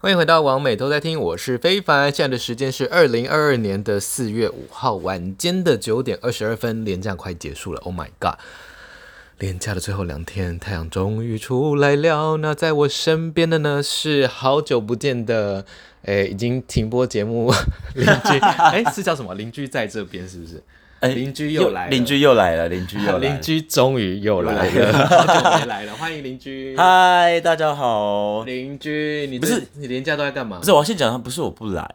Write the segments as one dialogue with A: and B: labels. A: 欢迎回到王美都在听，我是非凡。现在的时间是二零二二年的四月五号晚间的九点二十二分，连假快结束了，Oh my god！连假的最后两天，太阳终于出来了。那在我身边的呢是好久不见的，诶，已经停播节 目邻居，诶，是叫什么？邻居在这边是不是？
B: 哎
A: 邻居又来了
B: 邻居又来了，邻居又来了，
A: 邻居终于又来
B: 又来
A: 了，好久没来了，欢迎邻居。
B: 嗨，大家好。
A: 邻居，你不
B: 是
A: 你连假都在干嘛
B: 不？是，我要先讲，不是我不来，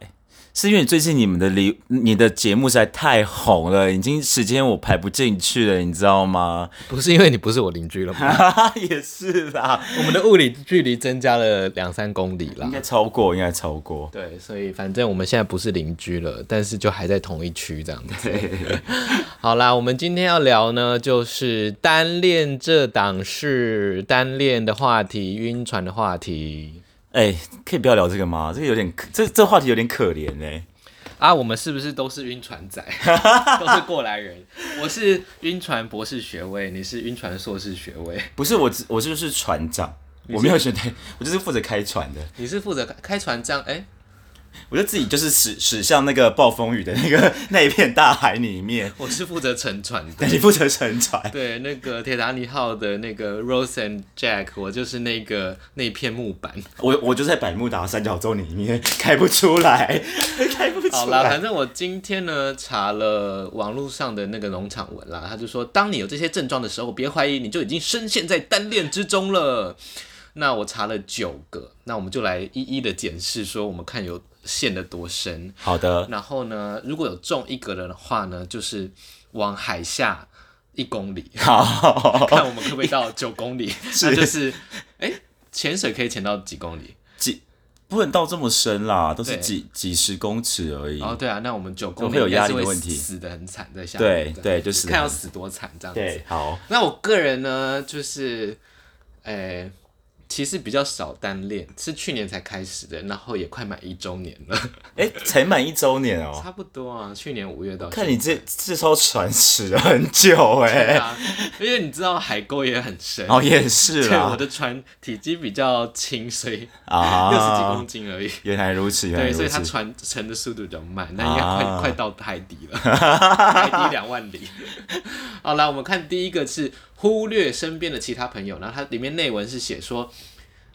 B: 是因为最近你们的离你的节目实在太红了，已经时间我排不进去了，你知道吗？
A: 不是因为你不是我邻居了吗？
B: 哈哈，也是啦，
A: 我们的物理距离增加了两三公里啦
B: 应。该超过，应该超过。
A: 对，所以反正我们现在不是邻居了，但是就还在同一区这样子。 好啦，我们今天要聊呢，就是单恋这档事，单恋的话题，晕船的话题
B: 哎、可以不要聊这个吗？这个有点，这这话题有点可怜哎、
A: 啊。我们是不是都是晕船 仔，都是过来人？我是晕船博士学位，你是晕船硕士学位，
B: 不是我只，我就是船长，我没有选对，我就是负责开船的，
A: 你是负责开开船这样？哎、
B: 我就自己就是驶驶向那个暴风雨的那个那一片大海里面，
A: 我是负责沉船的
B: 对。你负责沉船。
A: 对，那个铁达尼号的那个 Rose and Jack，我就是那个那片木板。
B: 我我就在百慕达三角洲里面开不出来，开不
A: 好
B: 出
A: 啦，
B: 来。
A: 反正我今天呢查了网络上的那个农场文啦，他就说，当你有这些症状的时候，别怀疑，你就已经深陷在单恋之中了。那我查了九个，那我们就来一一的检视，说我们看有陷得多深。
B: 好的，
A: 然后呢，如果有中一个人的话呢，就是往海下一公里。
B: 好，
A: 看我们可不可以到九公 里？ 那就是，哎、潜水可以潜到几公里？
B: 几不能到这么深啦，都是
A: 对
B: 几几十公尺而已。
A: 哦，对啊，那我们九公里
B: 嗯会有
A: 应该
B: 压
A: 是
B: 力的
A: 会
B: 问题
A: 死的很惨在下面。
B: 对
A: 这样
B: 对就死得
A: 看要
B: 很
A: 死多惨这样子
B: 对。，好，
A: 那我个人呢，就是，哎、其实比较少单恋，是去年才开始的，然后也快满一周年了，
B: 哎、才满一周年哦、
A: 差不多啊，去年五月到现在。
B: 看你这这艘船驶了很久哎、
A: 对啊，因为你知道海沟也很深。
B: 哦，也是
A: 对，我
B: 啦，
A: 的船体积比较轻，所以六十几
B: 啊
A: 公，斤而已。
B: 原来如此，原来
A: 对，
B: 如
A: 所以它
B: 此。
A: 船沉的速度比较慢，那应该快、
B: 啊
A: 快到海底 了，海底两万里。好啦，我们看第一个是忽略身边的其他朋友，然后它里面内文是写说，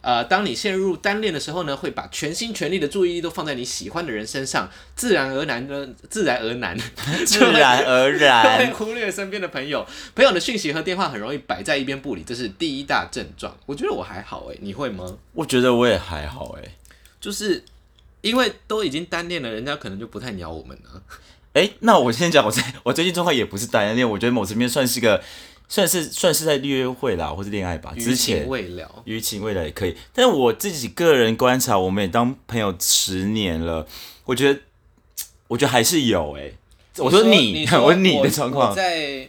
A: 呃，当你陷入单恋的时候呢，会把全心全力的注意力都放在你喜欢的人身上，自然而然呢，自然而然
B: 自然而
A: 会
B: 然，
A: 忽略身边的朋友，朋友的讯息和电话很容易摆在一边不理，这是第一大症状。我觉得我还好诶、欸你会吗？
B: 我觉得我也还好哎、
A: 就是因为都已经单恋了，人家可能就不太鸟我们了、
B: 哎、那我先讲，我最我最近状况也不是单恋，我觉得某层面算是个，算是算是在约会啦，或是恋爱吧。
A: 余
B: 之
A: 情
B: 前
A: 未了，
B: 余情未了也可以，但我自己个人观察，我们也当朋友十年了，我觉得，我觉得还是有哎、我说
A: 你
B: 你，
A: 说
B: 我说你的状
A: 我
B: 况，
A: 在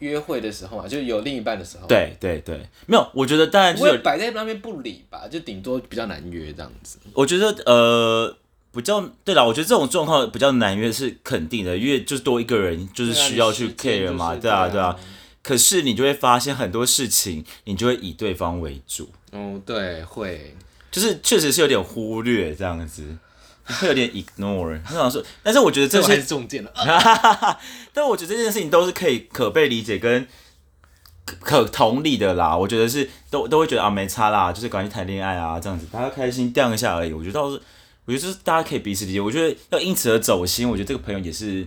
A: 约会的时候啊，就有另一半的时候，，
B: 对对对，没有，我觉得当然
A: 不
B: 是有
A: 会摆在那边不理吧，就顶多比较难约这样子。
B: 我觉得呃，比较对啦，我觉得这种状况比较难约是肯定的，因为就是多一个人就是需要去 care 嘛，对
A: 对
B: 啊
A: 啊
B: 对啊。可是你就会发现很多事情，你就会以对方为主，
A: 嗯，对，会，
B: 就是确实是有点忽略这样子，会有点 ignore。我想说，但是我觉得这
A: 这我还
B: 些
A: 是，中箭了。
B: 但我觉得这件事情都是可以可被理解跟可可同理的啦。我觉得是都都会觉得啊没差啦，就是赶紧谈恋爱啊这样子，大家开心荡一下而已。我觉得倒是，我觉得就是大家可以彼此理解。我觉得要因此而走心，我觉得这个朋友也是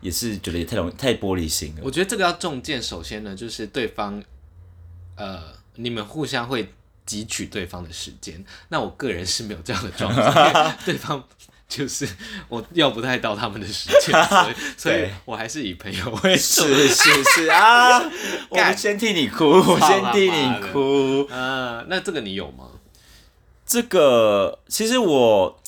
B: 也是觉得也太容易太玻璃心了。
A: 我觉得这个要中箭，首先呢，就是对方，呃，你们互相会汲取对方的时间。那我个人是没有这样的状况，因 为对方就是我要不太到他们的时间，所以所以
B: 对
A: 我还是以朋友为主。
B: 是是是 啊！我
A: 干
B: 先替你哭，我
A: 操
B: 先
A: 他
B: 替
A: 妈
B: 你
A: 的
B: 哭。
A: 啊，那这个你有吗？
B: 这个其实我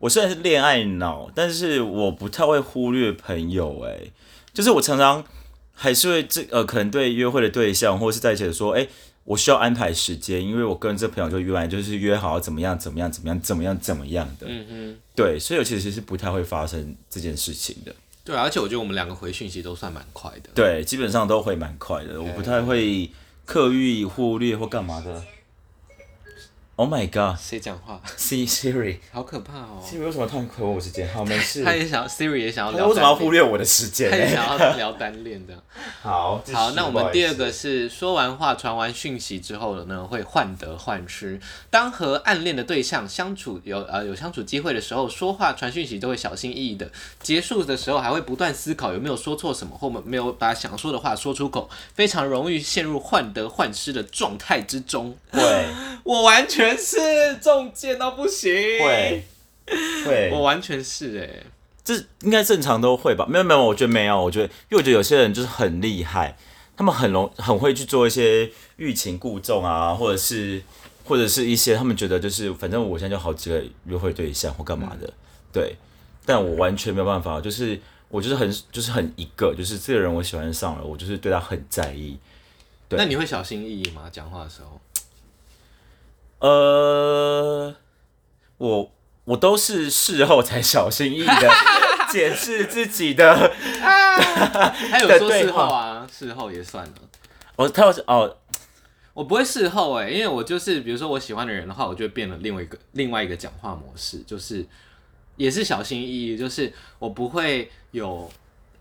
B: 我虽然是恋爱脑，但是我不太会忽略朋友、欸。就是我常常还是会这呃，可能对约会的对象或是在一起的说，哎、我需要安排时间，因为我跟这朋友就约完，就是约好怎么样怎么样怎么样怎么样怎么样的。
A: 嗯哼，
B: 对，所以我其实是不太会发生这件事情的。
A: 对啊，而且我觉得我们两个回讯息都算蛮快的。
B: 对，基本上都会蛮快的，我不太会刻意忽略或干嘛的。 Oh my god！
A: 谁讲话？
B: Si- Siri，
A: 好可怕哦！
B: Siri 为什么突然回我时间？好，没事。
A: 他也想 Siri 也想要
B: 他
A: 聊，
B: 为什么要忽？略我的时间
A: 他也
B: 呢？
A: 想要聊单恋这 样。
B: 好，继续
A: 好，那我们第二，
B: 不好
A: 个
B: 意思
A: 是说完话、传完讯息之后呢，会患得患失。当和暗恋的对象相处有呃有相处机会的时候，说话、传讯息都会小心翼翼的。结束的时候还会不断思考有没有说错什么，或没有把想说的话说出口，非常容易陷入患得患失的状态之中。
B: 会
A: 我完全是中箭到不行，
B: 会
A: 我
B: 会，
A: 完全是哎、
B: 这应该正常都会吧？没有没有，我觉得没有，我觉得因为我觉得有些人就是很厉害，他们很容很会去做一些欲擒故纵啊，或者是或者是一些他们觉得就是反正我现在就好几个约会对象或干嘛
A: 嗯
B: 的，对，但我完全没有办法，就是我就是很就是很一个，就是这个人我喜欢上了，我就是对他很在意，对
A: 那你会小心翼翼吗？讲话的时候，
B: 呃，我我都是事后才小心翼翼的解释自己的。
A: 还有说事后啊，事后也算了。
B: 哦，他有哦，
A: 我不会事后哎、因为我就是比如说我喜欢的人的话，我就会变了另外一个另外一个讲话模式，就是也是小心翼翼，就是我不会有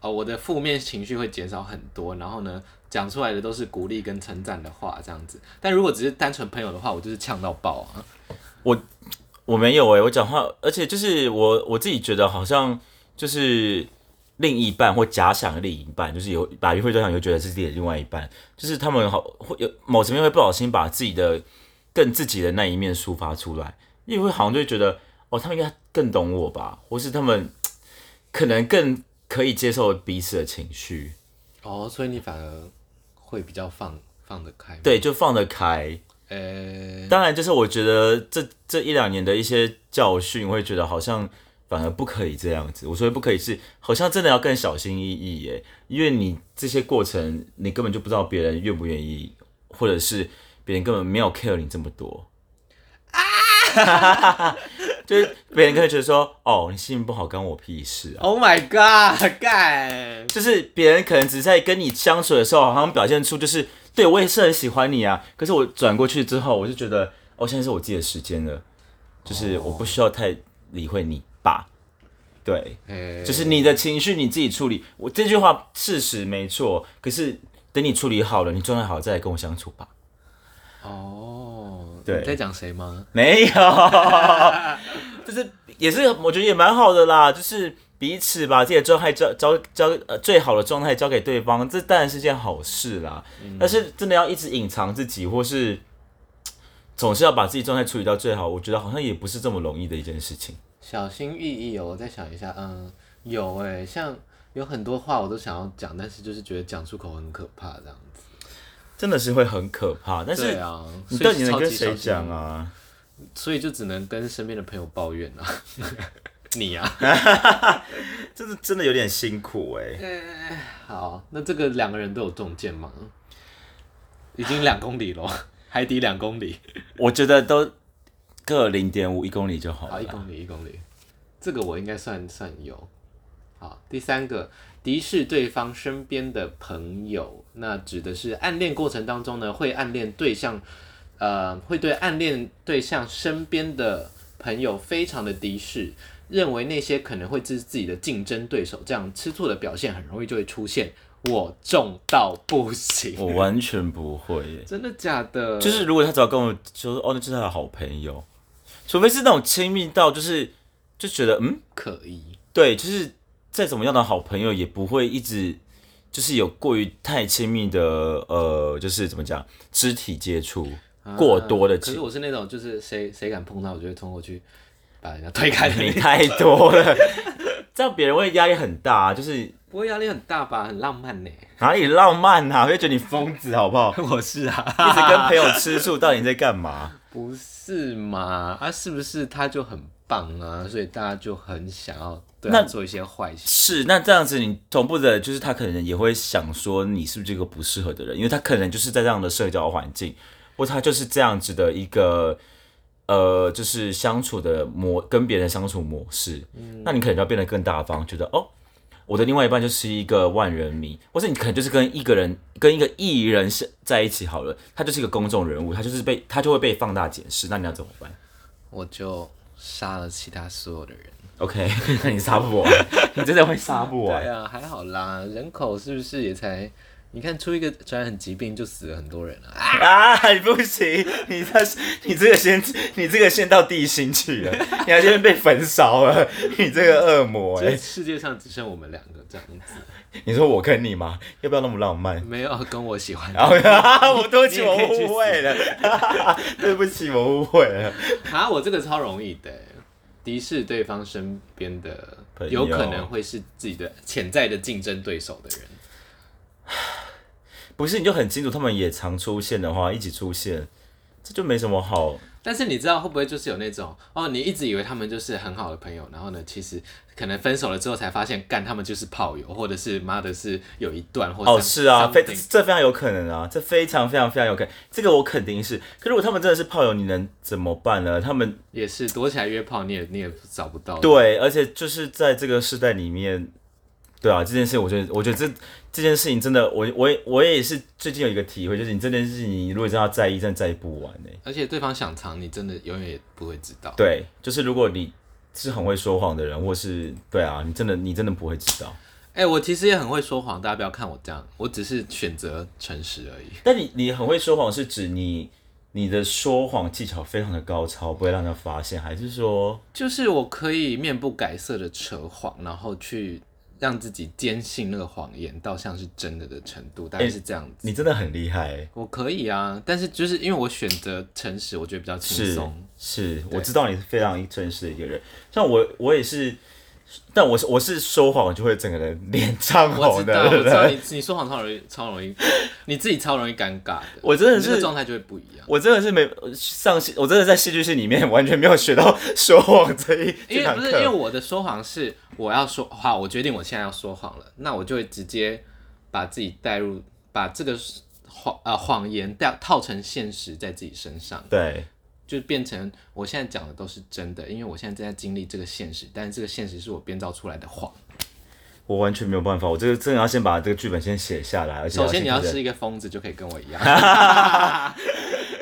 A: 呃我的负面情绪会减少很多，然后呢讲出来的都是鼓励跟称赞的话这样子。但如果只是单纯朋友的话，我就是呛到爆啊。
B: 我没有哎、我讲话，而且就是我我自己觉得好像就是另一半或假想另一半，就是有把约会对象又觉得是自己的另外一半，就是他们好会有某层面会不小心把自己的更自己的那一面抒发出来，因为好像就会觉得哦，他们应该更懂我吧，或是他们可能更可以接受彼此的情绪。
A: 哦，所以你反而会比较放放得开。，
B: 对，就放得开。
A: 呃、
B: 当然，就是我觉得这这一两年的一些教训，会觉得好像反而不可以这样子。我说的不可以是，好像真的要更小心翼翼耶，因为你这些过程，你根本就不知道别人愿不愿意，或者是别人根本没有 care 你这么多。啊！就是别人可能觉得说，哦，你心情不好，关我屁事啊。
A: o h，Oh my God，干！
B: 就是别人可能只是在跟你相处的时候，好像表现出就是对我也是很喜欢你啊。可是我转过去之后，我就觉得哦，现在是我自己的时间了，就是我不需要太理会你吧。对，
A: 呃
B: 就是你的情绪你自己处理。我这句话事实没错，可是等你处理好了，你状态好再来跟我相处吧。
A: 呃哦，
B: 对
A: 你在讲谁吗？
B: 没有， 就是也是我觉得也蛮好的啦，就是彼此把自己的状态交交交呃最好的状态交给对方，这当然是件好事啦。
A: 嗯
B: 但是真的要一直隐藏自己，或是总是要把自己状态处理到最好，我觉得好像也不是这么容易的一件事情。
A: 小心翼翼哦，我再想一下，嗯，有哎、像有很多话我都想要讲，但是就是觉得讲出口很可怕这样子。
B: 真的是会很可怕，但
A: 对
B: 是
A: 啊，
B: 你
A: 所
B: 到
A: 以
B: 底
A: 是
B: 能
A: 超
B: 跟
A: 级小
B: 谁
A: 心
B: 讲啊？
A: 翼翼？所以就只能跟身边的朋友抱怨啊。 你啊，
B: 真的真的有点辛苦哎、
A: 好，那这个两个人都有中箭吗？已经两公里了，海底两公里，
B: 我觉得都各零点五一公里就好
A: 好，
B: 了
A: 一
B: 啦。
A: 公里，一公里，这个我应该算算有。好，第三个，敌视对方身边的朋友，那指的是暗恋过程当中呢，会暗恋对象，呃，会对暗恋对象身边的朋友非常的敌视，认为那些可能会是自己的竞争对手，这样吃醋的表现很容易就会出现。我重到不行，
B: 我完全不会耶、
A: 真的假的？
B: 就是如果他只要跟我说哦，那就是他的好朋友，除非是那种亲密到就是就觉得嗯，
A: 可疑，
B: 对，就是再怎么样的好朋友也不会一直就是有过于太亲密的呃，就是怎么讲肢体接触过多的
A: 啊可
B: 亲
A: 是我是那种，就是谁谁敢碰到，我就会冲过去把人家推开的
B: 密、
A: 那 种。
B: 太多了，这样别人会压力很大、啊就是
A: 不过压力很大吧，很浪漫呢。
B: 哪里浪漫啊，我就觉得你疯子好不好？
A: 我是啊，
B: 一直 跟朋友吃醋，到底你在干嘛？
A: 不是嘛？啊，是不是他就很棒啊？所以大家就很想要对他
B: 那
A: 做一些坏事。
B: 是，那这样子你同步的，就是他可能也会想说你是不是一个不适合的人，因为他可能就是在这样的社交环境，或他就是这样子的一个呃，就是嗯相处的模跟别人相处模式，那你可能就要变得更大方，觉得哦，我的另外一半就是一个万人迷，或是你可能就是跟一个人跟一个艺人是在一起好了，他就是一个公众人物，他就是被他就会被放大解释，那你要怎么办
A: 我就杀了其他所有的人。
B: ？OK，那 你杀不完，你真的会杀不
A: 对
B: 完。
A: 啊，还好啦，人口是不是也才？你看出一个传染疾病就死了很多人啊，
B: 啊！你不行，你这你这个先你这个先到地心去了，你还先被焚烧了， 你这个恶魔
A: 所
B: 哎、
A: 以世界上只剩我们两个这样子，
B: 你说我跟你吗？要不要那么浪漫？
A: 没有跟我喜欢 的
B: 然后、啊、我对不起，
A: 你也
B: 我
A: 可以去死
B: 误会了， 对不起，我误会了。
A: 啊，我这个超容易的，欸敌视对方身边的
B: 朋，友
A: 有可能会是自己的潜在的竞争对手的人。
B: 不是，你就很清楚，他们也常出现的话，一起出现，这就没什么好。
A: 但是你知道会不会就是有那种哦，你一直以为他们就是很好的朋友，然后呢，其实可能分手了之后才发现，干他们就是炮友，或者是妈的是有一段或
B: 哦，
A: some-
B: 是啊，非
A: something
B: 这非常有可能啊，这非常非常非常有可能，这个我肯定是。可如果他们真的是炮友，你能怎么办呢？他们
A: 也是躲起来约炮，你也你也找不到。，
B: 对，而且就是在这个时代里面，对啊，这件事，我觉得，我觉得这这件事情真的，我我也我也是最近有一个体会，就是你这件事情，你如果真的要在意，真的在意不完呢、欸
A: 而且对方想藏，你真的永远也不会知道。
B: 对，就是如果你是很会说谎的人，或是对啊，你真的你真的不会知道。
A: 哎、我其实也很会说谎，大家不要看我这样，我只是选择诚实而已。
B: 但你你很会说谎，是指你你的说谎技巧非常的高超，不会让人家发现，还是说
A: 就是我可以面不改色的扯谎，然后去让自己坚信那个谎言到像是真的的程度，
B: 嗯
A: 大概是这样子。
B: 你真的很厉害欸、
A: 我可以啊，但是就是因为我选择诚实，我觉得比较轻
B: 是
A: 松。
B: 是，我知道你是非常真实的一个人。像我，我也是，但我是我是说谎就会整个人脸涨
A: 我
B: 红
A: 知道，我
B: 的
A: 知
B: 人。
A: 道你你说谎超容易，超容易，你自己超容易尴尬的。
B: 我真的
A: 你那个
B: 是
A: 状态就会不一样，
B: 我真的是没上戏，我真的在戏剧系里面完全没有学到说谎这一
A: 因
B: 这
A: 为
B: 堂
A: 不是因为
B: 课。
A: 我的说谎是我要说好，我决定我现在要说谎了，那我就会直接把自己带入，把这个谎呃谎言带套成现实在自己身上。
B: 对，
A: 就变成我现在讲的都是真的，因为我现在正在经历这个现实，但是这个现实是我编造出来的谎。
B: 我完全没有办法，我这个真的要先把这个剧本先写下来，而且
A: 首先你要
B: 开始
A: 是一个疯子，就可以跟我一样。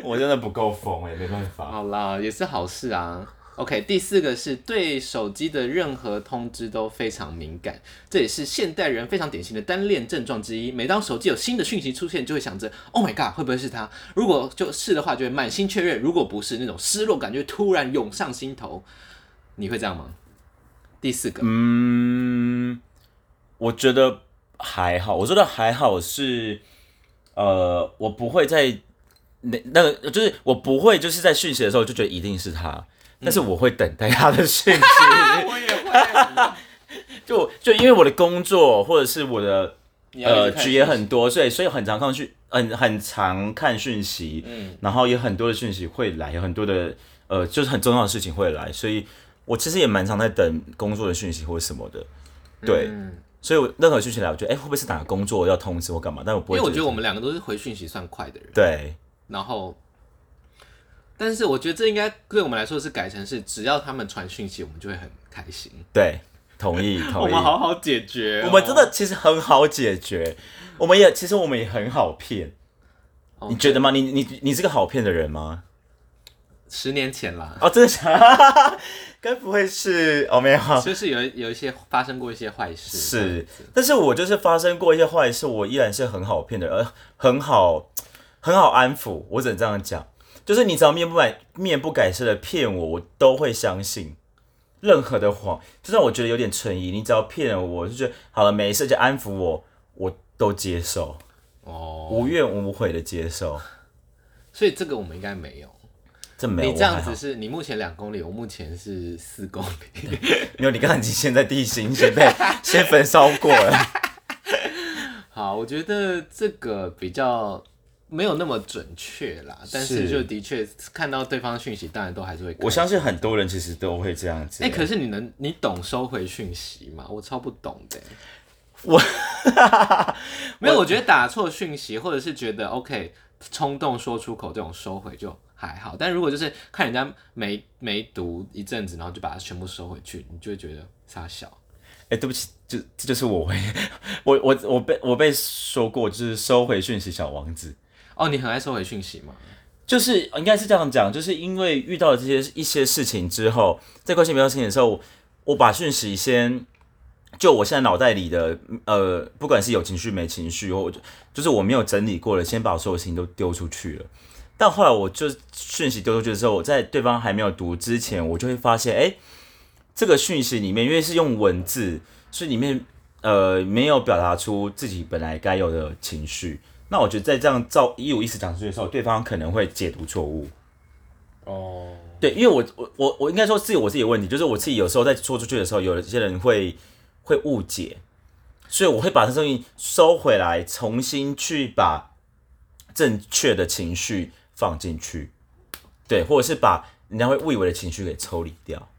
B: 我真的不够疯哎，没办法。
A: 好啦，也是好事啊。OK，第四个是对手机的任何通知都非常敏感，这也是现代人非常典型的单恋症状之一。每当手机有新的讯息出现，就会想着 “Oh my god”，会不会是他？如果就是的话，就会满心确认；如果不是，那种失落感就会突然涌上心头。你会这样吗？第四个，
B: 嗯，我觉得还好，我觉得还好是，呃，我不会在那那个，就是我不会就是在讯息的时候就觉得一定是他，但是我会等待他的讯息。
A: 哎我也会。
B: 就就因为我的工作或者是我的
A: 你要一
B: 呃
A: 直看
B: 局也很多，所以所以很常看讯，很很常看讯息，
A: 嗯
B: 然后有很多的讯息会来，有很多的呃就是很重要的事情会来，所以我其实也蛮常在等工作的讯息或什么的，对，
A: 嗯
B: 所以我任何讯息来，我觉得哎、会不会是哪个工作要通知我干嘛？但我不
A: 因
B: 会，
A: 为我觉得我们两个都是回讯息算快的人，
B: 对
A: 然后，但是我觉得这应该对我们来说是改成是，只要他们传讯息，我们就会很开心。
B: 对 同意同意，
A: 我们好好解决哦、
B: 我们真的其实很好解决，我们也其实我们也很好骗。
A: 哦
B: 你觉得吗？你你你是个好骗的人吗？
A: 十年前啦，
B: 哦，真的 假该不会是哦？没有，
A: 就是有有一些发生过一些坏事，
B: 是，但是我就是发生过一些坏事，我依然是很好骗的，而很好，很好安抚。我只能这样讲，就是你只要面不改面不改色的骗我，我都会相信。任何的谎，就算我觉得有点存疑，你只要骗了我，就觉得好了，没事就安抚我，我都接受，
A: 哦，
B: 无怨无悔的接受。
A: 所以这个我们应该没有。
B: 这没有，
A: 你这样
B: 我还好
A: 子是你目前两公里，我目前是四公里。
B: 没有，你刚刚已经先在地心先被 先焚烧过了。
A: 好，我觉得这个比较没有那么准确啦，但是
B: 是
A: 就的确看到对方讯息，当然都还是会开心。
B: 我相信很多人其实都会这样子。
A: 哎、可是你能你懂收回讯息吗？我超不懂的欸、
B: 我
A: 没有，我觉得打错讯息，或者是觉得 OK 冲动说出口这种收回就还好，但如果就是看人家没没读一阵子，然后就把它全部收回去，你就会觉得傻小。
B: 哎、对不起，就这就是我会， 我我我被我被说过，就是收回讯息小王子，
A: 哦，你很爱收回讯息吗？
B: 就是应该是这样讲，就是因为遇到了这些一些事情之后，在关系没有清醒的时候，我把讯息先就我现在脑袋里的呃，不管是有情绪没情绪，或就是我没有整理过了，先把所有事情都丢出去了。但后来我就讯息丢出去之后，我在对方还没有读之前，我就会发现，哎、这个讯息里面，因为是用文字，所以里面呃没有表达出自己本来该有的情绪。那我觉得在这样照一五一十讲出去的时候，对方可能会解读错误。
A: 哦，
B: 对，因为我我我我应该说是我自己的问题，就是我自己有时候在说出去的时候，有一些人会会误解，所以我会把这东西收回来，重新去把正确的情绪放进去，对，或者是把人家会误以为的情绪给抽离掉。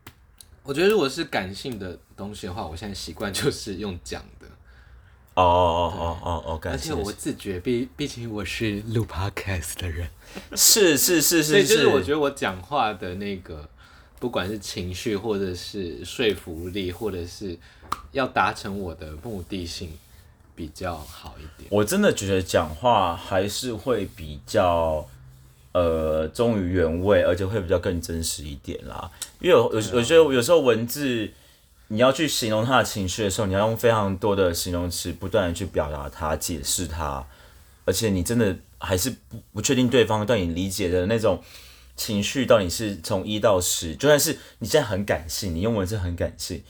A: 我觉得如果是感性的东西的话，我现在习惯就是用讲的，
B: 哦哦哦哦哦，感
A: 而
B: 谢
A: 且。我自觉，毕毕竟我是录 podcast 的人，
B: 是是是
A: 所
B: 是，
A: 以就是是我觉得我讲话的那个，不管是情绪，或者是说服力，或者是要达成我的目的性比较好一点。
B: 我真的觉得讲话还是会比较呃忠于原味，而且会比较更真实一点啦。因为有有有些有时候文字你要去形容他的情绪的时候，你要用非常多的形容词不断的去表达它、解释它，而且你真的还是不不确定对方对你理解的那种。情绪到底是从一到十，就算是你现在很感性，你用文字很感性，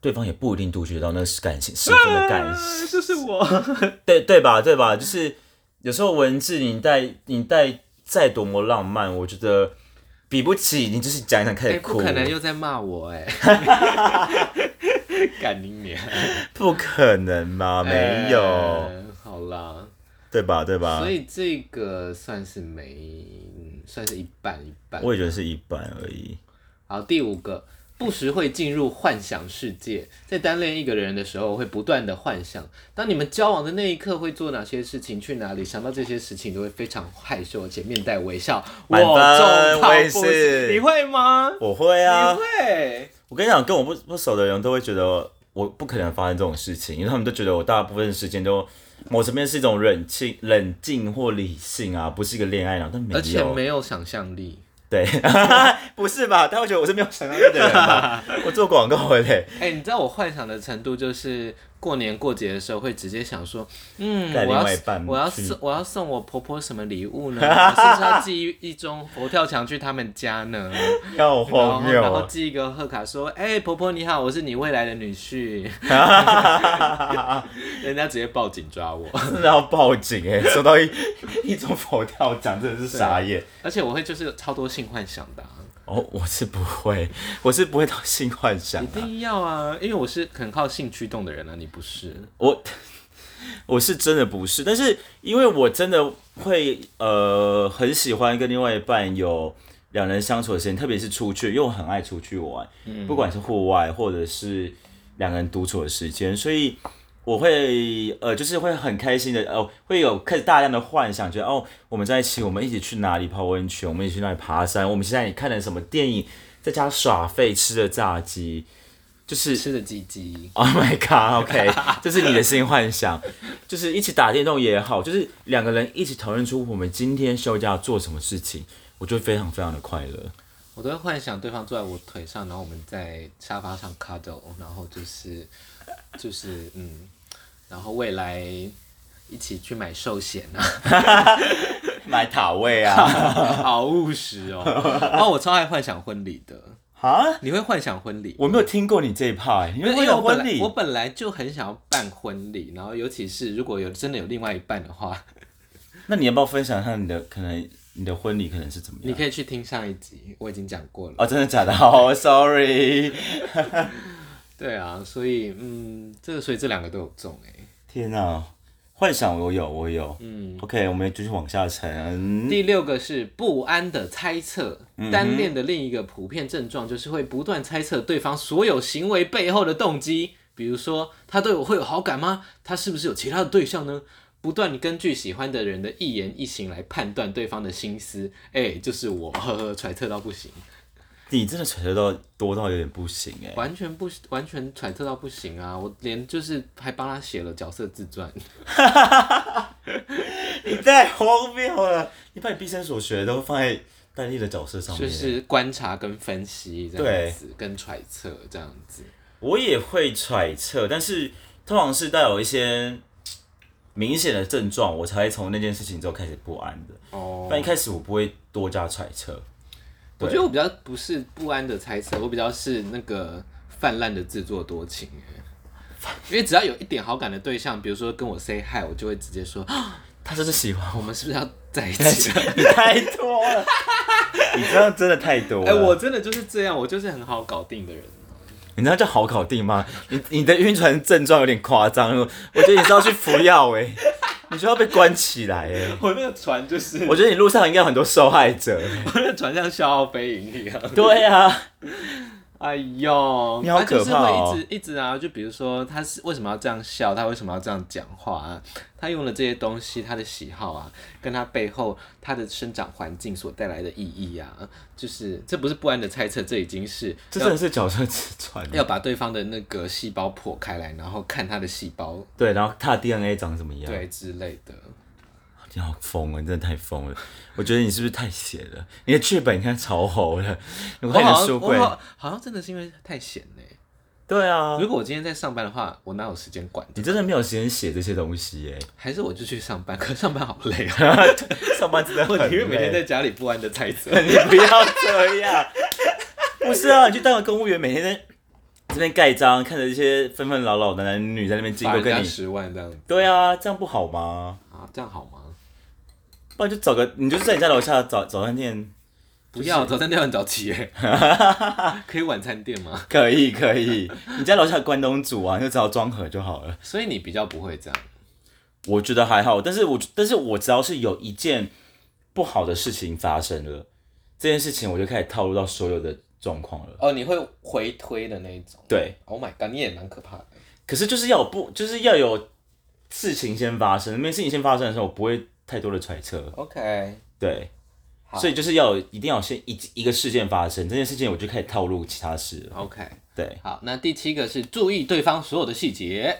B: 对方也不一定读取得到那是感性十分的感性。
A: 就是我，
B: 对对吧？对吧？就是有时候文字你带你带再多么浪漫，我觉得比不起你就是讲一讲开
A: 哎，
B: 始
A: 不
B: 哭，
A: 可能又在骂我哎、 干你娘！
B: 不可能嘛？没有，
A: 呃好啦，
B: 对吧？对吧
A: 所？以这个算是没，嗯算是一半一半。
B: 我也觉得是一般而已。
A: 好，第五个，不时会进入幻想世界。在单恋一个人的时候，会不断的幻想。当你们交往的那一刻，会做哪些事情，去哪里？想到这些事情，都会非常害羞，而且面带微笑。我
B: 满分
A: 重到
B: 我也
A: 不
B: 是
A: 行你会吗？
B: 我会啊
A: 你，会？
B: 我跟你讲，跟我不不熟的人都会觉得我不可能发生这种事情，因为他们都觉得我大部分时间都某层面是一种冷静、冷静或理性啊，不是一个恋爱脑，但没有，
A: 而且没有想象力。
B: 对， 不是吧？他会觉得我是没有想象力的人吧？我做广告的嘞。
A: 哎、你知道我幻想的程度就是过年过节的时候会直接想说，嗯，
B: 带
A: 我要
B: 另外一半
A: 我要
B: 去
A: 送我要送我婆婆什么礼物呢？我是不是要寄一宗佛跳墙去他们家呢？
B: 要我
A: 然后
B: 荒谬
A: 然后
B: 哦！
A: 寄一个贺卡说，哎、婆婆你好，我是你未来的女 婿，人家直接报警抓我，
B: 真的要报警 哎、收到一一种佛跳墙，真的是傻眼。
A: 而且我会就是超多性幻想的啊、
B: 哦，我是不会，我是不会到性幻想
A: 一
B: 的、
A: 定要啊，因为我是很靠性驱动的人啊，你不是？
B: 我我是真的不是，但是因为我真的会呃很喜欢跟另外一半有两人相处的时间，特别是出去，因为我很爱出去玩，不管是户外或者是两个人独处的时间，所以我会呃就是会很开心的哦，会有开始大量的幻想，觉得哦我们在一起，我们一起去哪里泡温泉，我们一起去哪里爬山，我们现在也看了什么电影，在家耍废吃的炸鸡，就是
A: 吃的鸡鸡，
B: Oh my god！OK，、这是你的新幻想，就是一起打电动也好，就是两个人一起讨论出我们今天休假做什么事情，我就非常非常的快乐。
A: 我都会幻想对方坐在我腿上，然后我们在沙发上 cuddle，然后就是就是嗯，然后未来一起去买寿险啊，
B: 买塔位 啊？
A: 好务实哦。哦，我超爱幻想婚礼的，
B: 啊？
A: 你会幻想婚礼？
B: 我没有听过你这一趴、欸，你
A: 因为因
B: 会
A: 为
B: 有
A: 我本
B: 婚
A: 来
B: 礼
A: 我？本来就很想要办婚礼，然后尤其是如果有真的有另外一半的话，
B: 那你要不要分享一下你的可能你的婚礼可能是怎么
A: 你
B: 样？
A: 可以去听上一集，我已经讲过了。
B: 哦，真的假的？ 哦、s o r r y
A: 对啊，所以嗯，这个所以这两个都有中哎、
B: 天哪、幻想我有，我有。
A: 嗯
B: OK，我们继续往下沉。
A: 第六个是不安的猜测，
B: 嗯
A: 单恋的另一个普遍症状就是会不断猜测对方所有行为背后的动机，比如说他对我会有好感吗？他是不是有其他的对象呢？不断根据喜欢的人的一言一行来判断对方的心思，哎、就是我呵呵揣测到不行。
B: 你真的揣测到多到有点不行哎、
A: 完全不完全揣测到不行啊！我连就是还帮他写了角色自传，
B: 你 太荒谬了！你把你毕生所学都放在戴笠的角色上面，
A: 就是观察跟分析这样子，跟揣测这样子。
B: 我也会揣测，但是通常是带有一些嗯明显的症状，我才会从那件事情之后开始不安的。
A: 哦，
B: 但一开始我不会多加揣测。
A: 我觉得我比较不是不安的猜测，我比较是那个泛滥的自作多 情欸。因为只要有一点好感的对象，比如说跟我 say hi，我就会直接说，啊
B: 他就是喜欢
A: 我们是不是要在一
B: 我，
A: 起？ 啊
B: 你太多了，你这样真的太多了。
A: 哎、我真的就是这样，我就是很好搞定的人。
B: 你知道叫好搞定吗？你你的晕船症状有点夸张，我我觉得你是要去服药哎、 你需要被关起来哎、
A: 我那个船就是，
B: 我觉得你路上应该有很多受害者。
A: 我那个船像消耗飞营一样。
B: 对啊，
A: 哎呦，
B: 你好
A: 他就是
B: 可怕哦
A: 会一直一直啊，就比如说他是为什么要这样笑，他为什么要这样讲话啊？他用了这些东西，他的喜好啊，跟他背后他的生长环境所带来的意义啊，就是这不是不安的猜测，这已经是
B: 这真的是角色之传。
A: 要把对方的那个细胞破开来，然后看他的细胞
B: 对，然后他的 DNA 长什么样？
A: 对之类的。
B: 你好疯哦了，你真的太疯了！我觉得你是不是太写了？你的剧本应该超红了，我
A: 我
B: 看你
A: 好
B: 的书
A: 像
B: 柜
A: 我。好好像真的是因为太闲嘞、
B: 对啊，
A: 如果我今天在上班的话，我哪有时间管？
B: 你真的没有时间写这些东西耶、
A: 还是我就去上班，可是上班好累 啊！
B: 上班真的
A: 我
B: 很
A: 宁
B: 累。
A: 愿每天在家里不安的猜测。
B: 你不要这样。不是啊，你去当个公务员，每天在这边盖章，看着一些纷纷扰扰的男女在那边经
A: 罚
B: 过，
A: 人家
B: 跟你。
A: 十万这样子
B: 对啊，这样不好吗？
A: 啊，这样好吗？
B: 不然就找个，你就在你家楼下早早餐店，
A: 不要，早餐店很早起 耶，可以晚餐店吗？
B: 可以可以。你家楼下有关东煮啊，你就只好装盒就好了。
A: 所以你比较不会这样，
B: 我觉得还好，但是我但是我只要是有一件不好的事情发生了，这件事情我就开始套入到所有的状况了。
A: 哦，你会回推的那一种。
B: 对，
A: Oh my god，你也蛮可怕的。
B: 可是就是要有不就是要有事情先发生，没事情先发生的时候，我不会太多的揣测。
A: OK，
B: 对，
A: 好
B: 所以就是要有一定要先一一个事件发生，这件事情我就开始套入其他事了。
A: OK，
B: 对，
A: 好，那第七个是注意对方所有的细节。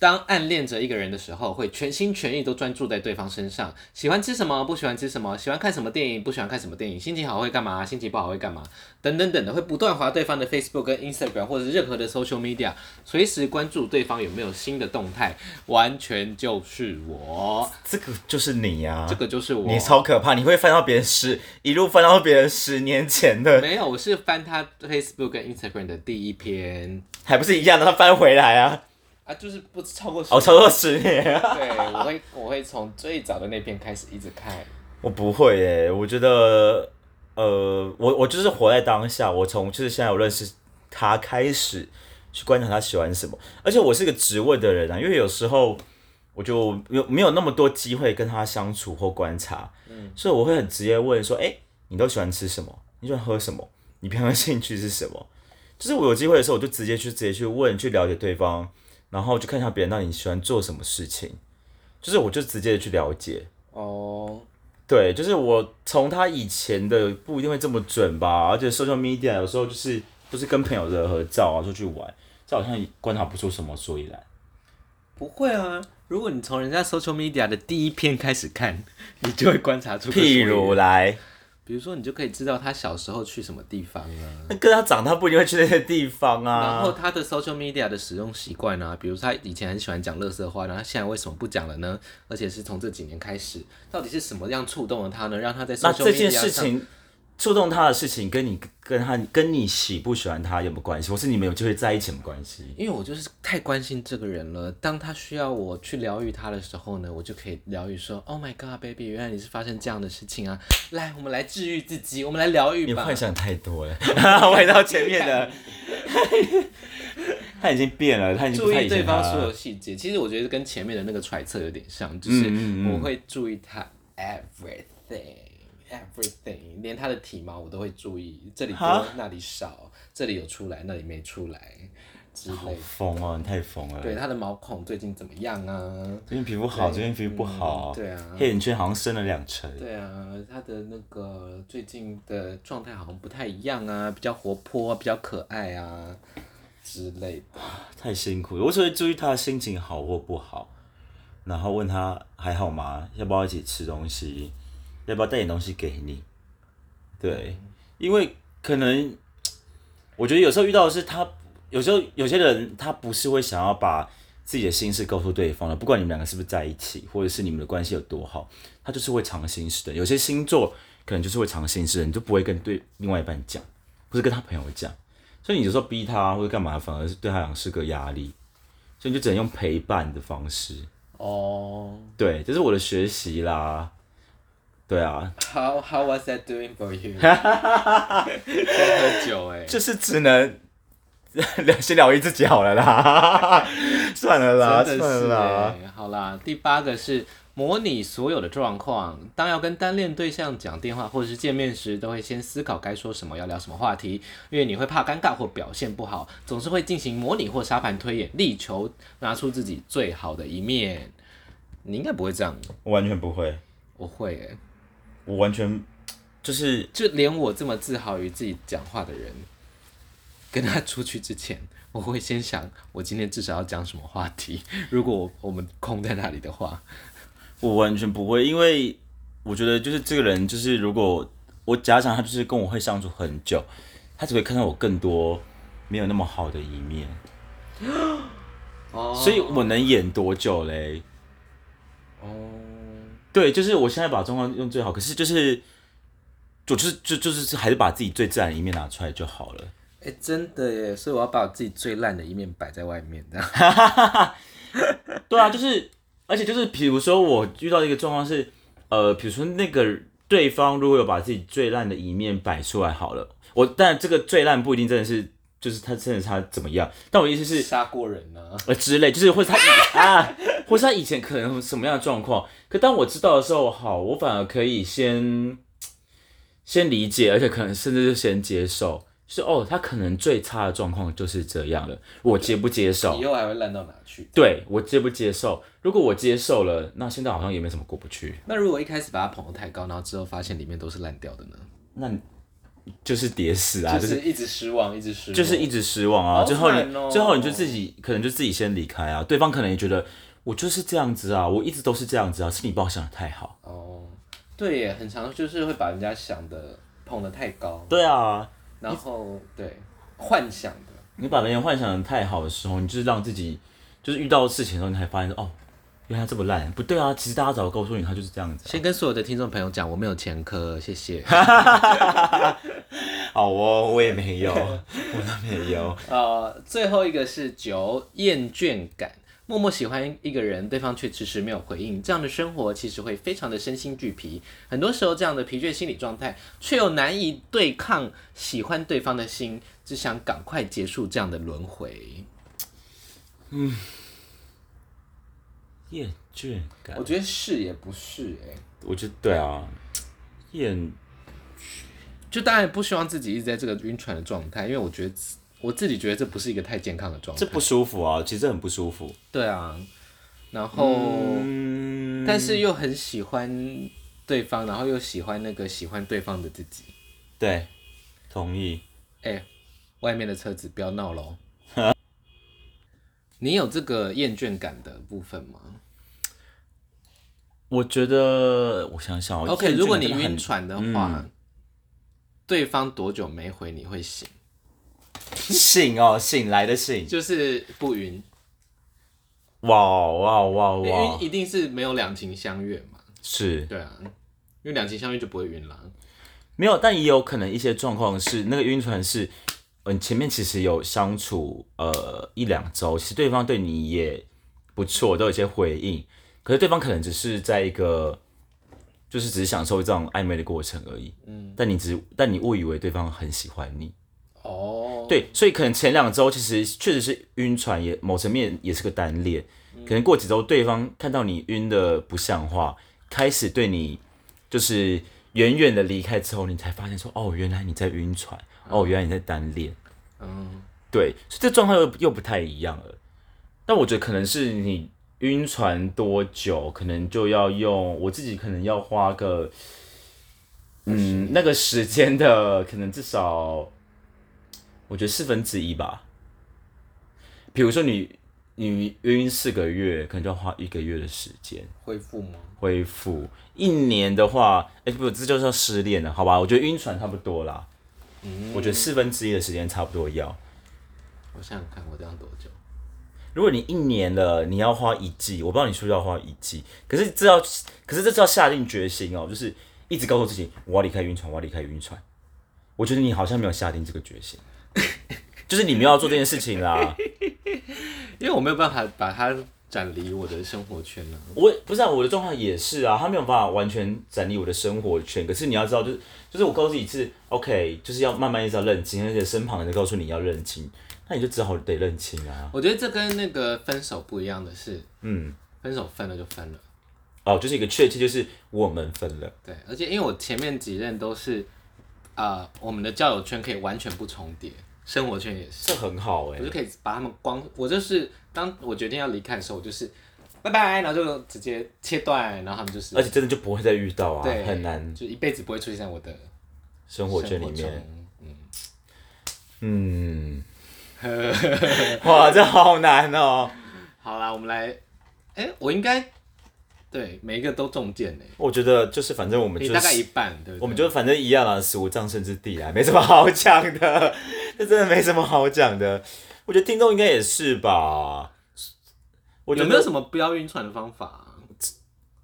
A: 当暗恋着一个人的时候，会全心全意都专注在对方身上，喜欢吃什么，不喜欢吃什么，喜欢看什么电影，不喜欢看什么电影，心情好会干嘛，心情不好会干嘛，等等等的，会不断划对方的 Facebook 跟 Instagram 或者是任何的 social media，随时关注对方有没有新的动态，完全就是我，
B: 这个就是你啊呀、
A: 这个就是我
B: 你。超可怕，你会翻到别人十一路翻到别人十年前的，
A: 没有，我是翻他 Facebook 跟 Instagram 的第一篇
B: 还不是一样的，他翻回来啊，
A: 啊，就是不超过十
B: 哦，超过十年啊。
A: 对，我会我会从最早的那篇开始一直看。
B: 我不会诶、我觉得，呃，我我就是活在当下。我从就是现在我认识他开始，去观察他喜欢什么。而且我是个直问的人啊，因为有时候我就有没有那么多机会跟他相处或观察，所以我会很直接问说，哎、你都喜欢吃什么？你喜欢喝什么？你平常兴趣是什么？就是我有机会的时候，我就直接去直接去问，去了解对方，然后去看一下别人到底喜欢做什么事情，就是我就直接去了解。
A: 哦，
B: 对，就是我从他以前的不一定会这么准吧，而且 social media 有时候就是都是跟朋友的合照啊，出去玩，这好像观察不出什么所以然。
A: 不会啊，如果你从人家 social media 的第一篇开始看，你就会观察出个
B: 譬
A: 所以
B: 如
A: 然，
B: 来，
A: 比如说你就可以知道他小时候去什么地方啊，
B: 那跟他长大不一定会去那些地方
A: 然后
B: 啊。
A: 他的 social media 的使用习惯啊，比如他以前很喜欢讲乐色话，然后他现在为什么不讲了呢？而且是从这几年开始，到底是什么样触动了他呢？让他在
B: 那
A: social media
B: 这件
A: 上
B: 事情触动他的事情，跟你跟他跟你喜不喜欢他有没有关系，或是你们有机会在一起有没有关系？
A: 因为我就是太关心这个人了。当他需要我去疗愈他的时候呢，我就可以疗愈说：“Oh my god, baby，原来你是发生这样的事情啊！来，我们来治愈自己，我们来疗愈
B: 你
A: 吧。
B: 幻想太多了， 回到前 面的，他已经变了，他已经不
A: 注
B: 太
A: 意
B: 以
A: 对
B: 前他
A: 方所
B: 了。
A: 有细节。其实我觉得跟前面的那个揣测有点像，就是
B: 嗯
A: 我会注意他 everything。” everything，连他的体毛我都会注意，这里多
B: 哈
A: 那里少，这里有出来那里没出来，之类的。
B: 疯哦，你太疯了。
A: 对，他的毛孔最近怎么样啊？
B: 最近皮肤好，
A: 对
B: 最近皮肤不好
A: 嗯。对啊
B: 黑眼圈好像升了两成。
A: 对啊，他的那个最近的状态好像不太一样啊，比较活泼，比较可爱啊之类的。
B: 太辛苦了，我只会注意他的心情好或不好，然后问他还好吗？要不要一起吃东西？要不要带点东西给你？对，因为可能我觉得有时候遇到的是他，有时候有些人他不是会想要把自己的心事告诉对方的，不管你们两个是不是在一起，或者是你们的关系有多好，他就是会藏心事的。有些星座可能就是会藏心事的，你就不会跟对另外一半讲，或是跟他朋友讲。所以你有时候逼他或者干嘛，反而是对他来讲是个压力，所以你就只能用陪伴的方式。
A: 哦、
B: 对，这是我的学习啦。对啊，
A: h o w how was that doing for you？在喝酒哎、欸，
B: 就是只能 聊先聊一自己好了啦， 算了啦，
A: 真
B: 算
A: 的
B: 了
A: 是
B: 啦。
A: 欸好啦，第八个是模拟所有的状况。当要跟单恋对象讲电话或者是见面时，都会先思考该说什么，要聊什么话题，因为你会怕尴尬或表现不好，总是会进行模拟或沙盘推演，力求拿出自己最好的一面。你应该不会这样，
B: 我完全不会，
A: 我会诶、
B: 我完全就是
A: 就连我这么自豪于自己讲话的人，跟他出去之前，我会先想我今天至少要讲什么话题。如果我我们空在那里的话，
B: 我完全不会，因为我觉得就是这个人，就是如果我假想他就是跟我会相处很久，他只会看到我更多没有那么好的一面。
A: 哦
B: 所以我能演多久嘞？
A: 哦，
B: 对，就是我现在把状况用最好，可是就是，我就是就就是还是把自己最自然的一面拿出来就好了。
A: 哎、真的耶！所以我要把我自己最烂的一面摆在外面，这样。
B: 对啊，就是，而且就是，比如说我遇到一个状况是，呃，比如说那个对方如果有把自己最烂的一面摆出来好了，我但这个最烂不一定真的是，就是他真的是他怎么样，但我意思是，
A: 杀过人啊呢、
B: 呃之类，就是或是他以啊，或是他以前可能什么样的状况，可当我知道的时候，好，我反而可以先先理解，而且可能甚至就先接受，就是哦，他可能最差的状况就是这样了，我接不接受
A: 以？后还会烂到哪去？
B: 对我接不接受？如果我接受了，那现在好像也没什么过不去，
A: 那如果一开始把它捧得太高，然后之后发现里面都是烂掉的呢？
B: 那你就是跌死啊，就是。
A: 一直失望，一直失望，
B: 就是一直失望啊，
A: 好
B: 最后
A: 惨哦
B: 你最后你就自己可能就自己先离开啊，对方可能也觉得我就是这样子啊，我一直都是这样子啊，是你把我想的太好。
A: 哦，对耶，很常就是会把人家想的捧得太高，
B: 对啊，
A: 然后对幻想的，
B: 你把别人幻想的太好的时候，你就是让自己就是遇到事情的时候，你才发现哦，原来他这么烂，不对啊，其实大家早就告诉你他就是这样子、
A: 先跟所有的听众朋友讲，我没有前科，谢谢。
B: 好哦，我也没 有，我都没有。
A: 呃，最后一个是九厌倦感，默默喜欢一个人，对方却迟迟没有回应，这样的生活其实会非常的身心俱疲。很多时候，这样的疲倦心理状态，却又难以对抗喜欢对方的心，只想赶快结束这样的轮回。
B: 厌倦感，
A: 我觉得是也不是、欸，
B: 我觉得对啊，厌
A: 就当然不希望自己一直在这个晕船的状态，因为我觉得自我自己觉得这不是一个太健康的状态
B: 这。不舒服啊，其实很不舒服。
A: 对啊，然后、
B: 嗯，
A: 但是又很喜欢对方，然后又喜欢那个喜欢对方的自己。
B: 对，同意。
A: 哎、外面的车子不要闹喽。 你有这个厌倦感的部分吗
B: 我觉得我想想哦
A: ？OK，
B: 厌倦
A: 如果
B: 感
A: 你
B: 真的很嗯
A: 晕船的话，对方多久没回你会醒？
B: 醒哦，醒来的醒，
A: 就是不晕，
B: 哇哇哇
A: 因为
B: 哇，
A: 一定是没有两情相悦嘛。
B: 是。
A: 对啊，因为两情相悦就不会晕啦。
B: 没有，但也有可能一些状况是那个晕船是，嗯，前面其实有相处呃一两周，其实对方对你也不错，都有一些回应，可是对方可能只是在一个就是只是享受这种暧昧的过程而已，嗯，但你只但你误以为对方很喜欢你，
A: 哦，
B: 对，所以可能前两周其实确实是晕船也，某层面也是个单恋。可能过几周，对方看到你晕的不像话，开始对你就是远远的离开之后，你才发现说，哦，原来你在晕船，哦，原来你在单恋。
A: 嗯，
B: 对，所以这状况又又不太一样了。但我觉得可能是你晕船多久，可能就要用我自己可能要花个，嗯，那个时间的可能至少，我觉得四分之一吧。比如说你你晕四个月，可能就要花一个月的时间。
A: 恢复吗？
B: 恢复。一年的话，哎、不，这就叫失恋了，好吧？我觉得晕船差不多啦。我觉得四分之一的时间差不多要。
A: 我想想看，我这样多久？
B: 如果你一年了，你要花一季，我不知道你是不是要花一季，可是这要，可是这是要下定决心哦，就是一直告诉自己我要离开晕船，我要离开晕船。我觉得你好像没有下定这个决心， 就是你们要做这件事情啦。
A: 因为我没有办法把它展离我的生活圈了、
B: 我不是啊，我的状况也是啊，他没有办法完全展离我的生活圈。可是你要知道，就是就是我告诉自己是 OK，就是要慢慢一直要认清，而且身旁的人告诉你要认清，那你就只好得认清啊。
A: 我觉得这跟那个分手不一样的是，
B: 嗯，
A: 分手分了就分了。
B: 哦，就是一个确切，就是我们分了。
A: 对，而且因为我前面几任都是，啊、我们的交友圈可以完全不重叠，生活圈也是，
B: 这很好哎、
A: 我就可以把他们光，我就是当我决定要离开的时候，我就是拜拜，然后就直接切断，然后他们就是
B: 而且真的就不会再遇到啊，
A: 对
B: 很难
A: 就一辈子不会出现在我的
B: 生
A: 生
B: 活
A: 活
B: 圈里面。
A: 中。
B: 嗯，哇，这好难哦。
A: 好啦，我们来，哎、我应该对每一个都中箭呢、
B: 我觉得就是反正我们
A: 你
B: 就
A: 大概
B: 是
A: 一半，对不对？
B: 我们就反正一样啦，死无葬身之地啊，没什么好讲的， 这真的没什么好讲的。我觉得听众应该也是吧。我觉
A: 有
B: 得
A: 没有什么不要晕船的方法啊、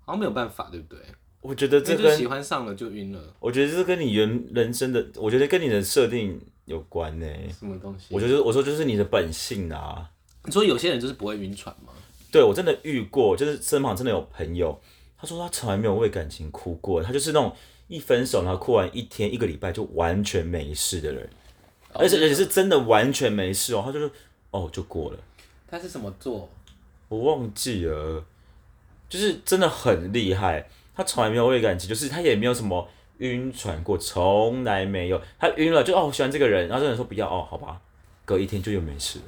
A: 好像没有办法，对不对？
B: 我觉得
A: 这
B: 这
A: 就
B: 跟
A: 喜欢上了就晕了，
B: 我觉得这跟你原人生的，我觉得跟你的设定有关呢、
A: 什么东西？
B: 嗯我觉得我说就是你的本性啊。
A: 你说有些人就是不会晕船吗？
B: 对我真的遇过，就是身旁真的有朋友，他说他从来没有为感情哭过，他就是那种一分手然后哭完一天一个礼拜就完全没事的人，
A: 哦
B: 而且而且是真的完全没事哦，他就是哦就过了。
A: 他是什么座？
B: 我忘记了，就是真的很厉害。他从来没有为感情，就是他也没有什么晕船过，从来没有。他晕了就哦，我喜欢这个人，然后这个人说不要哦，好吧，隔一天就又没事了，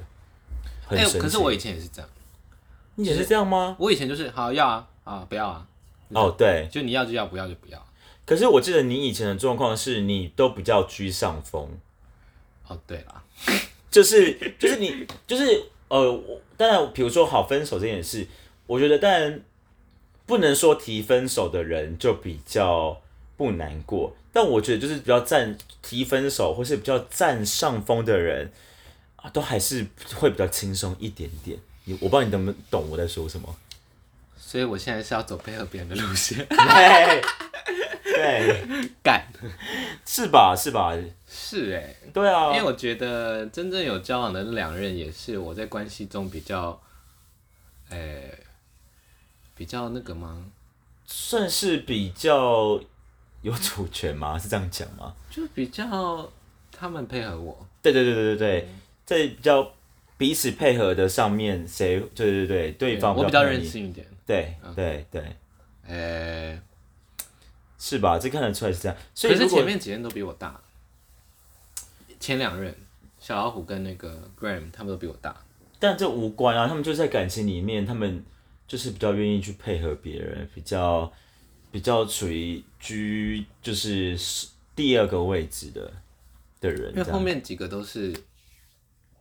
B: 很
A: 哎、
B: 神奇。
A: 可是我以前也是这样，
B: 你也是这样吗？
A: 我以前就是好要啊啊不要啊，
B: 哦，对，
A: 就你要就要，不要就不要。啊
B: 可是我记得你以前的状况是你都比较居上风，
A: 哦，对啦，
B: 就是就是你就是呃，我当然，比如说好分手这件事，我觉得当然不能说提分手的人就比较不难过，但我觉得就是比较占提分手或是比较占上风的人啊，都还是会比较轻松一点点。你我不知道你能不能懂我在说什么。
A: 所以我现在是要走配合别人的路线，
B: 对，对，
A: 干
B: 是吧？是吧？
A: 是哎、
B: 对啊，
A: 因为我觉得真正有交往的那两任也是我在关系中比较，哎、比较那个吗？
B: 算是比较有主权吗？是这样讲吗？
A: 就比较他们配合我，
B: 对对对对对对，在比较彼此配合的上面，谁对对对对方
A: 我比较
B: 容易
A: 任，性一嗯点，
B: 对对对，
A: 哎、
B: 是吧？这看得出来是这样。所以
A: 可是
B: 如果
A: 前面几任都比我大，前两任小老虎跟那个 Graham 他们都比我大，
B: 但这无关啊，他们就是在感情里面，他们就是比较愿意去配合别人，比较比较处于居就是第二个位置的的人
A: 因
B: 这
A: 为
B: 样，
A: 后面几个都是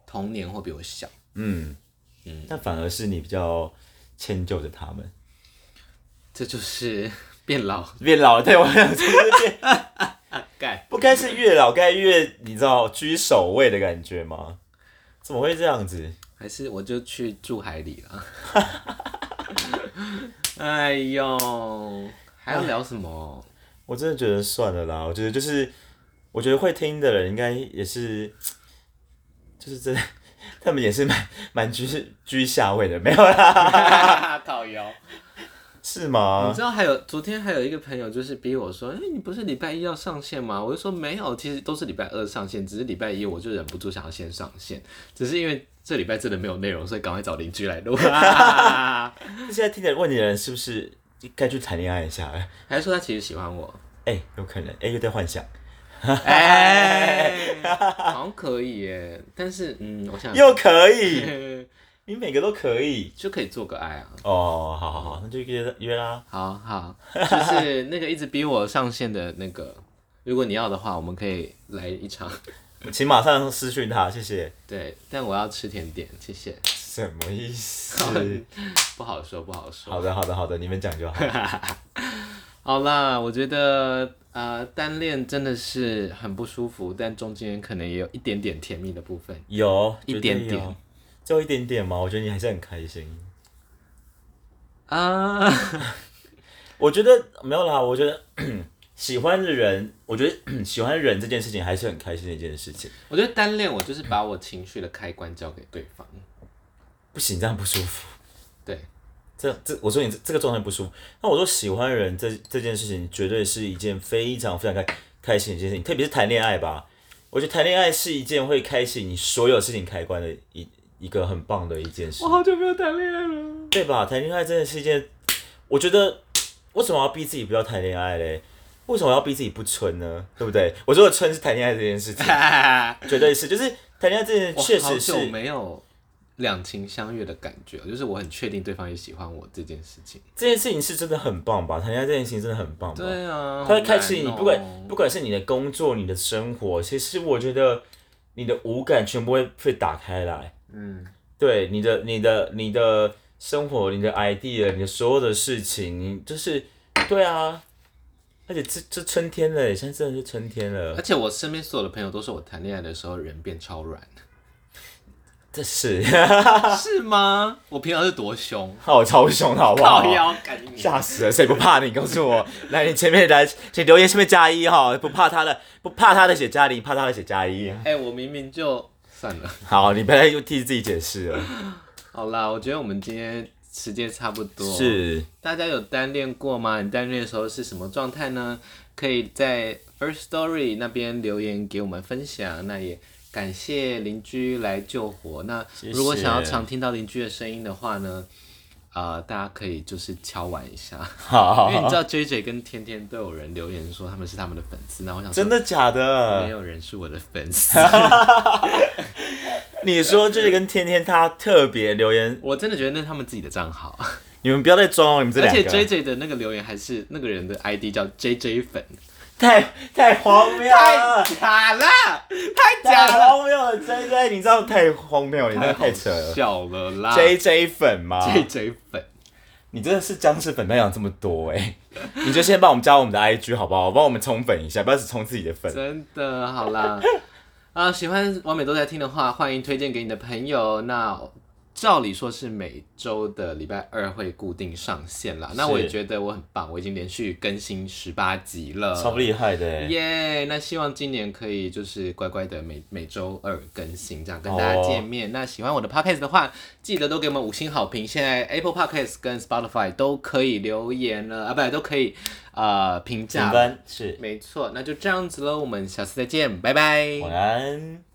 A: 同年或比我小，
B: 嗯嗯，但反而是你比较迁就着他们。
A: 这就是 变老
B: 变老了，对我想说就是变
A: 盖。
B: 不该是越老该越你知道居首位的感觉吗？怎么会这样子？
A: 还是我就去住海里 了。哎呦，还要聊什 么？
B: 我真的觉得算了啦，我觉得就是我觉得会听的人应该也是，就是真的，他们也是蛮蛮居居下位的，没有啦，
A: 烤油。
B: 是
A: 你
B: 吗？
A: 知道还有昨天还有一个朋友就是逼我说，哎、你不是礼拜一要上线吗？我就说没有，其实都是礼拜二上线，只是礼拜一我就忍不住想要先上线，只是因为这礼拜真的没有内容，所以赶快找邻居 来录。
B: 现在听的问你的人是不是该去谈恋爱一下了？
A: 还是说他其实喜欢我？
B: 哎、有可能，哎、又在幻想，
A: 哎，好像可以耶，但是嗯，我想
B: 又可以，你每个都可以。
A: 就可以做个爱啊。
B: 哦，好好好，那就约约啦。
A: 好好，就是那个一直逼我上线的那个，如果你要的话，我们可以来一场。
B: 请马上私讯他，谢谢。
A: 对，但我要吃甜点，谢谢。
B: 什么意思？
A: 不好说，不好说。
B: 好的，好的，好的，你们讲 就好。
A: 好啦，我觉得呃，单恋真的是很不舒服，但中间可能也有一点点甜蜜的部分。
B: 有
A: 一
B: 绝对
A: 点点
B: 有，只有一点点嘛。我觉得你还是很开心。
A: 啊，
B: 我觉得没有啦，我觉得 喜欢的人，我觉得 喜欢人这件事情还是很开心的一件事情。
A: 我觉得单恋我就是把我情绪的开关交给对方。
B: 不行，这样不舒服。
A: 对，
B: 这这，我说你这这个状态不舒服。那我说喜欢人这这件事情，绝对是一件非常非常开开心的一件事情，特别是谈恋爱吧。我觉得谈恋爱是一件会开启你所有事情开关的一一个很棒的一件事
A: 我，好久没有谈恋爱 了。
B: 对吧？谈恋爱真的是一件，我觉得为什么要逼自己不要谈恋爱嘞？为什么要逼自己不春呢？对不对？我说的春是谈恋爱这件事情，绝对是，就是谈恋爱这件
A: 我
B: 确
A: 好
B: 实是
A: 久没有两情相悦的感觉，就是我很确定对方也喜欢我这件事情。
B: 这件事情是真的很棒吧？谈恋爱这件事情真的很棒吧？
A: 对啊，
B: 它会
A: 好
B: 开启
A: 难
B: 你
A: 哦
B: 不管不管是你的工作、你的生活，其实我觉得你的五感全部会被打开来。
A: 嗯，
B: 对你的、你的、你的生活、你的 idea、你的所有的事情，你就是对啊。而且这这春天了耶，现在真的是春天了
A: 而，且我身边所有的朋友都说我谈恋爱的时候人变超软，
B: 这是
A: 是吗？我平常是多凶，
B: 好超凶的好不好
A: 靠？腰感你。
B: 吓死了，谁不怕你？告诉我， 来，你前面来，请留言下面加一哈，不怕他的，不怕他的写加零，怕他的写加一。
A: 哎、我明明就算 了。
B: 好，你不要又替自己解释了。
A: 好啦，我觉得我们今天时间差不多。，
B: 是，
A: 大家有单恋过吗？你单恋的时候是什么状态呢？可以在 First Story 那边留言给我们分享。那也感谢邻居来救火。那
B: 谢谢
A: 如果想要常听到邻居的声音的话呢？呃，大家可以就是敲碗一下，
B: 好
A: 因为你知道 J J 跟天天都有人留言说他们是他们的粉丝，那我想说
B: 真的假
A: 没
B: 的？
A: 有人是我的粉 丝，
B: 你说这是跟天天他特别留言，
A: 我真的觉得那是他们自己的账号。
B: 你们不要再装哦，你们这
A: 而
B: 两
A: 且
B: 个
A: J J 的那个留言还是那个人的 ID 叫 J J 粉，
B: 太太荒谬了，
A: 假了，太
B: 太，荒谬了，J J，你知道太荒谬，你那个太扯了
A: 笑啊了啦
B: ，J J 粉吗？
A: J J 粉，
B: 你真的是僵尸粉那样这么多哎、 你就先帮我们加我们的 IG 好不好？帮我们冲粉一下，不要只冲自己的粉。
A: 真的好啦。啊，喜欢完美都在听的话，欢迎推荐给你的朋友。那照理说是每周的礼拜二会固定上线啦。那
B: 是
A: 我也觉得我很棒，我已经连续更新十八集了，
B: 超厉害的、欸，
A: 耶那希望今年可以就是乖乖的每每周二更新，这样跟大
B: 哦
A: 家见面。那喜欢我的 podcast 的话，记得都给我们五星好评。现在 Apple Podcast 跟 Spotify 都可以留言了啊，不都可以呃评价了。
B: 评分是
A: 没错，那就这样子喽，我们下次再见，拜拜。
B: 晚安。